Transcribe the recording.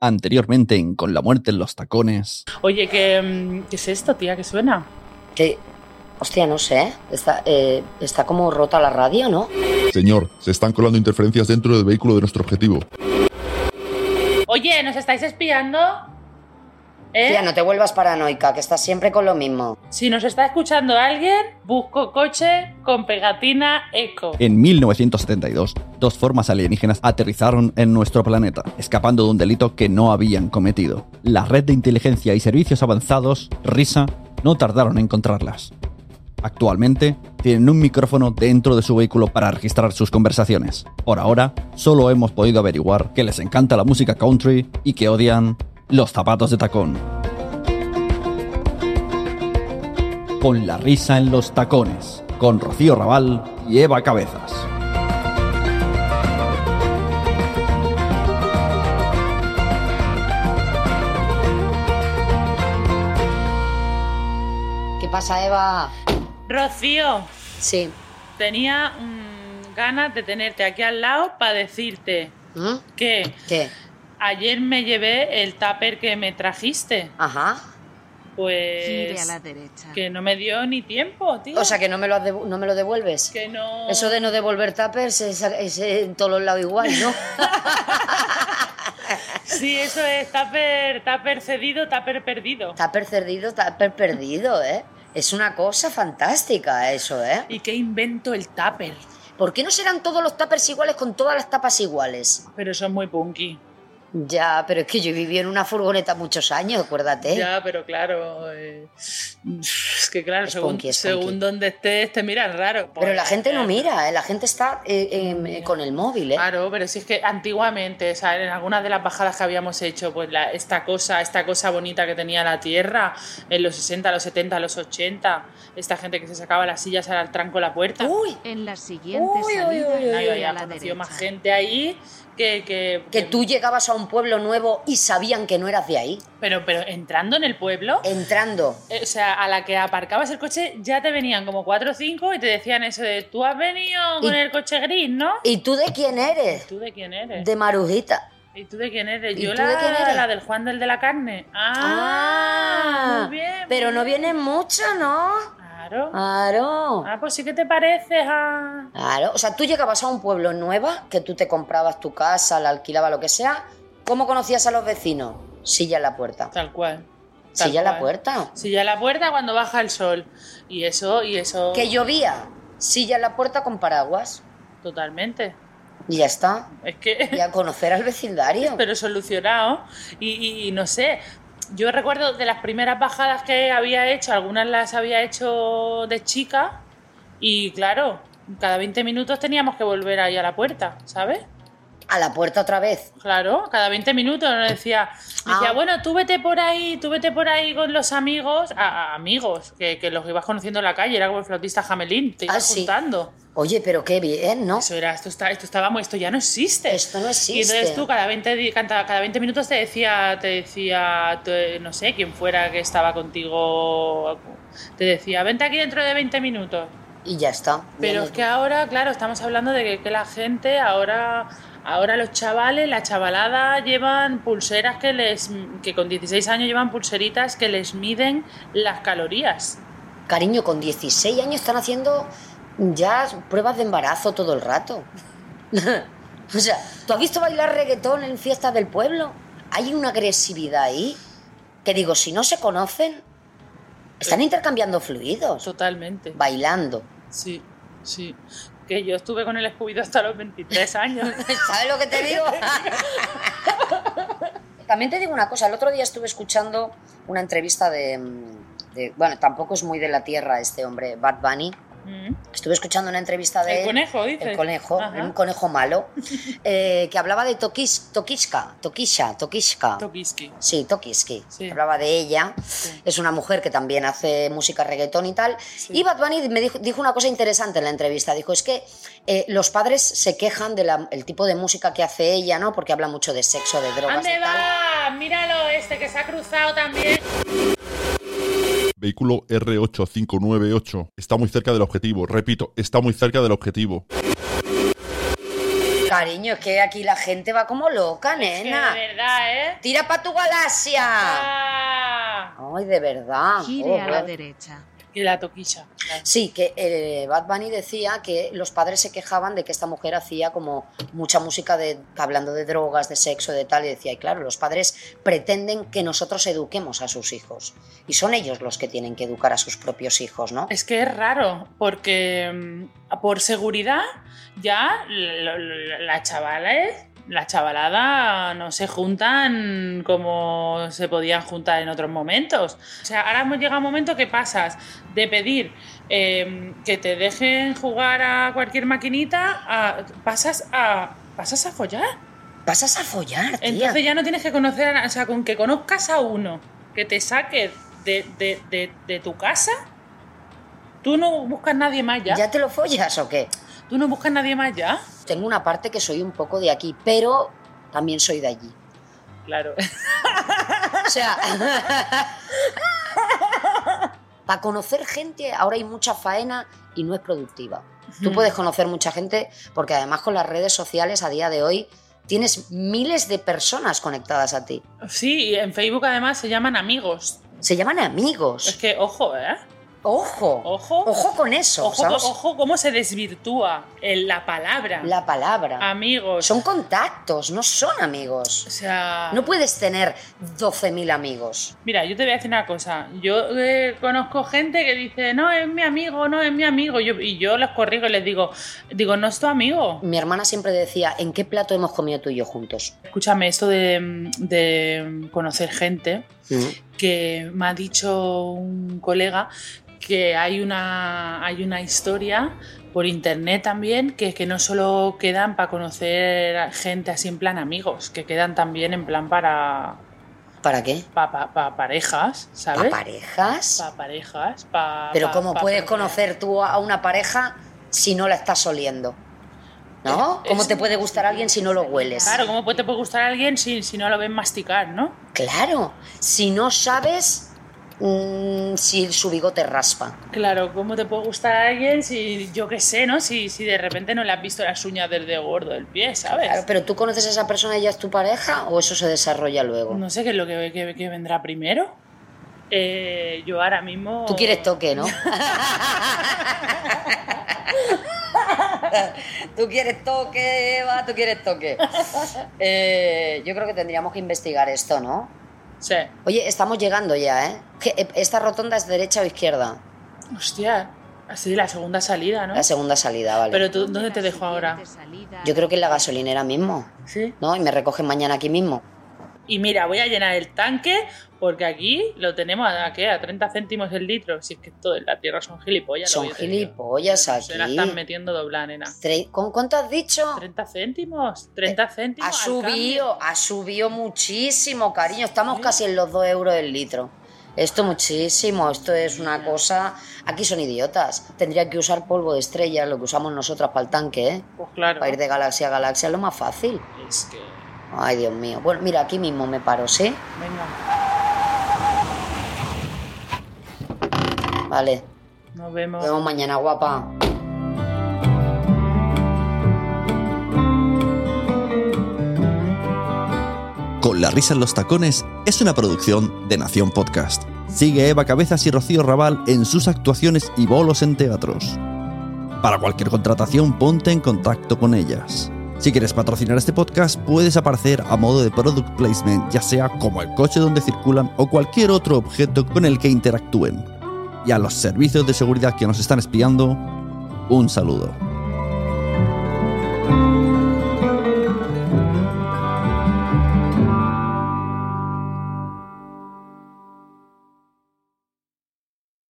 Anteriormente en Con la muerte en los tacones. Oye, ¿qué, mm, qué es esto, tía? ¿Qué suena? Que- Hostia, no sé. Está, eh, está como rota la radio, ¿no? Señor, se están colando interferencias dentro del vehículo de nuestro objetivo. Oye, ¿nos estáis espiando? ¿Eh? Tía, no te vuelvas paranoica, que estás siempre con lo mismo. Si nos está escuchando alguien, busco coche con pegatina eco. En 1972, dos formas alienígenas aterrizaron en nuestro planeta, escapando de un delito que no habían cometido. La red de inteligencia y servicios avanzados, RISA, no tardaron en encontrarlas. Actualmente, tienen un micrófono dentro de su vehículo para registrar sus conversaciones. Por ahora, solo hemos podido averiguar que les encanta la música country y que odian los zapatos de tacón. Con la risa en los tacones, con Rocío Raval y Eva Cabezas. ¿Qué pasa, Eva? Rocío, Sí. tenía mm, ganas de tenerte aquí al lado para decirte ¿Mm? que ¿Qué? ayer me llevé el tupper que me trajiste. Ajá. Gire a Pues la derecha. que no me dio ni tiempo, tío. O sea, que no me lo, has devu- no me lo devuelves. que no... Eso de no devolver tuppers es, es en todos los lados igual, ¿no? Sí, eso es tupper, tupper cedido, tupper perdido. tupper perdido, tupper perdido, ¿eh? Es una cosa fantástica eso, ¿eh? ¿Y qué invento el tupper? ¿Por qué no serán todos los tuppers iguales con todas las tapas iguales? Pero eso es muy punky. Ya, pero es que yo viví en una furgoneta muchos años, acuérdate. Ya, pero claro. eh, es que claro, Es según, punky, es según punky. donde estés, te miran raro. Pero la Pues, gente no eh, mira, ¿eh? la gente está eh, eh, con el móvil, ¿eh? Claro, pero si es que antiguamente, o sea, en algunas de las bajadas que habíamos hecho, pues la- esta cosa, esta cosa bonita que tenía la tierra, en los 60, los 70, los 80, esta gente que se sacaba las sillas al tranco de la puerta. Uy, En la siguiente Uy, uy, salida, uy, uy, gire Ay, a había la derecha. conocido más gente ahí que, que, que tú llegabas a un pueblo nuevo y sabían que no eras de ahí. Pero, pero entrando en el pueblo, Entrando. eh, o sea, a la que aparcabas el coche, ya te venían como cuatro o cinco y te decían eso de tú has venido con Y- el coche gris, ¿no? ¿Y tú de quién eres? ¿Tú de quién eres? De Marujita. ¿Y tú de quién eres? ¿Y Yo tú la, de quién eres? la del Juan del de la carne. Ah, muy bien. Pero muy no bien. vienen mucho, ¿no? Claro. Claro. Ah, pues sí que te pareces a. Claro. O sea, tú llegabas a un pueblo nueva, que tú te comprabas tu casa, la alquilaba, lo que sea. ¿Cómo conocías a los vecinos? Silla en la puerta. Tal cual. tal Silla en la cual. puerta. Silla en la puerta cuando baja el sol. Y eso, y eso. Que llovía. Silla en la puerta con paraguas. Totalmente. Y ya está. Es que. Y a conocer al vecindario. pero solucionado. Y, y- y no sé, yo recuerdo de las primeras bajadas que había hecho, algunas las había hecho de chica, y claro, cada 20 minutos teníamos que volver ahí a la puerta, ¿sabes? A la puerta otra vez. Claro, cada 20 minutos nos decía, decía Ah. bueno, tú vete por ahí, tú vete por ahí con los amigos, a- a- amigos, que, que los ibas conociendo en la calle, era como el flautista Jamelín, te Ah, ibas sí. juntando. Oye, pero qué bien, ¿no? Eso era, esto, está, esto estaba mu- esto ya no existe. Esto no Y entonces existe. tú cada 20, di- canta- cada 20 minutos te decía, te decía, te- no sé, quién fuera que estaba contigo, te decía, vente aquí dentro de 20 minutos. Y ya está. Pero Bien. es que ahora, claro, estamos hablando de que, que la gente, ahora, ahora los chavales, la chavalada llevan pulseras que les, que con 16 años llevan pulseritas que les miden las calorías. Cariño, con 16 años están haciendo ya pruebas de embarazo todo el rato. o sea, ¿tú has visto bailar reggaetón en fiestas del pueblo? Hay una agresividad ahí que digo, si no se conocen, están intercambiando fluidos, Totalmente. bailando. Sí, sí. Que yo estuve con el escubido hasta los 23 años. ¿Sabes lo que te digo? También te digo una cosa, el otro día estuve escuchando una entrevista de, mm, de- Bueno, tampoco es muy de la tierra este hombre, Bad Bunny. Mm. Estuve escuchando una entrevista de El él. conejo, dices. El conejo, Ajá. un conejo malo, eh, que hablaba de Tokis, Tokishka, Tokisha, Tokishka. Tokiski. Sí, Tokiski. Sí. Hablaba de ella. Es una mujer que también hace música reggaetón y tal. Y Bad Bunny me dijo, dijo una cosa interesante en la entrevista. Dijo, es que eh, los padres se quejan del tipo de música que hace ella, ¿no? Porque habla mucho de sexo, de drogas ¡Ande y tal. va! Míralo este que se ha cruzado también. Vehículo R8598. Está muy cerca del objetivo. Repito, está muy cerca del objetivo. Cariño, es que aquí la gente va como loca, Que nena. de verdad, ¿eh? ¡Tira para tu galaxia! Ah. Ay, de verdad. Gire a la Ah, joder. derecha. Y la toquilla. Sí, que eh, Bad Bunny decía que los padres se quejaban de que esta mujer hacía como mucha música de, hablando de drogas, de sexo, de tal, y decía, y claro, los padres pretenden que nosotros eduquemos a sus hijos, y son ellos los que tienen que educar a sus propios hijos, ¿no? Es que es raro, porque mm, por seguridad ya lo- lo- las chavales, la chavalada no se juntan como se podían juntar en otros momentos. O sea, ahora hemos llegado a un momento que pasas de pedir eh, que te dejen jugar a cualquier maquinita, a- pasas a... Pasas a follar. Pasas a follar, tía. Entonces ya no tienes que conocer, a- o sea, con que conozcas a uno que te saque de, de- de- de tu casa, tú no buscas nadie más ya. ¿Ya te lo follas o qué? Tú no buscas nadie más ya. Tengo una parte que soy un poco de aquí, pero también soy de allí. Claro. O sea. Para conocer gente, ahora hay mucha faena y no es productiva. Tú Ujú. puedes conocer mucha gente porque además con las redes sociales a día de hoy tienes miles de personas conectadas a ti. Sí, y en Facebook además se llaman amigos. Se llaman Es amigos. que, ojo, ¿eh? Ojo. Ojo. Ojo con eso. Ojo, ¿sabes? ojo cómo se desvirtúa en la palabra. La palabra. Amigos. Son contactos, no son amigos. O sea. No puedes tener 12.000 amigos. Mira, yo te voy a decir una cosa. Yo eh, conozco gente que dice, no, es mi amigo, no, es mi amigo. Yo- y yo los corrijo y les digo, digo, no es tu amigo. Mi hermana siempre decía, ¿en qué plato hemos comido tú y yo juntos? Escúchame, esto de, de conocer gente, Mm. que me ha dicho un colega que hay una, hay una historia por internet también, que, que no solo quedan para conocer a gente así en plan amigos, que quedan también en plan para, ¿Para qué? pa- pa- pa parejas, ¿sabes? ¿A parejas? Pa parejas, pa- Pero pa- ¿cómo pa- puedes pa- conocer tú a una pareja si no la estás oliendo? ¿No? Es- ¿Cómo es- te puede gustar alguien si no lo hueles? Claro, ¿cómo puede- te puede gustar a alguien si, si no lo ven masticar, no? Claro, si no sabes mm, si su bigote raspa. Claro, ¿cómo te puede gustar a alguien si, yo qué sé, ¿no? Si, si de repente no le has visto las uñas del dedo gordo del pie, ¿sabes? Claro, pero tú conoces a esa persona y ya es tu pareja o eso se desarrolla luego. No sé qué es lo que, que- que vendrá primero. Eh, yo ahora mismo. Tú quieres toque, ¿no? tú quieres toque, Eva, tú quieres toque. Eh, yo creo que tendríamos que investigar esto, ¿no? Sí. Oye, estamos llegando ya, ¿eh? Que, eh, ¿Esta rotonda es derecha o izquierda? Hostia. Así la segunda salida, ¿no? La segunda salida, vale. Pero tú, ¿dónde te dejo ahora? Yo creo que en la gasolinera mismo, Sí. ¿no? Y me recogen mañana aquí mismo. Y mira, voy a llenar el tanque porque aquí lo tenemos a, ¿a qué? A 30 céntimos el litro. Si es que todo en la tierra son gilipollas. lo que Son yo te digo. gilipollas Pero Se la aquí. están metiendo dobla, nena. Tre- ¿Con cuánto has dicho? 30 céntimos, 30 céntimos. Eh, Ha al subido, cambio. ha subido muchísimo, cariño. Estamos Sí. casi en los 2 euros el litro. Esto muchísimo, esto es una cosa... Aquí son idiotas. Tendría que usar polvo de estrella, lo que usamos nosotras para el tanque, ¿eh? Pues claro. Para ir de galaxia a galaxia es lo más fácil. Es que. Ay, Dios mío. Bueno, mira, aquí mismo me paro, ¿sí? Venga, Vale. nos vemos. Nos vemos mañana, guapa. Con la risa en los tacones es una producción de Nación Podcast. Sigue a Eva Cabezas y Rocío Raval en sus actuaciones y bolos en teatros. Para cualquier contratación ponte en contacto con ellas. Si quieres patrocinar este podcast puedes aparecer a modo de product placement, ya sea como el coche donde circulan o cualquier otro objeto con el que interactúen. Y a los servicios de seguridad que nos están espiando, un saludo.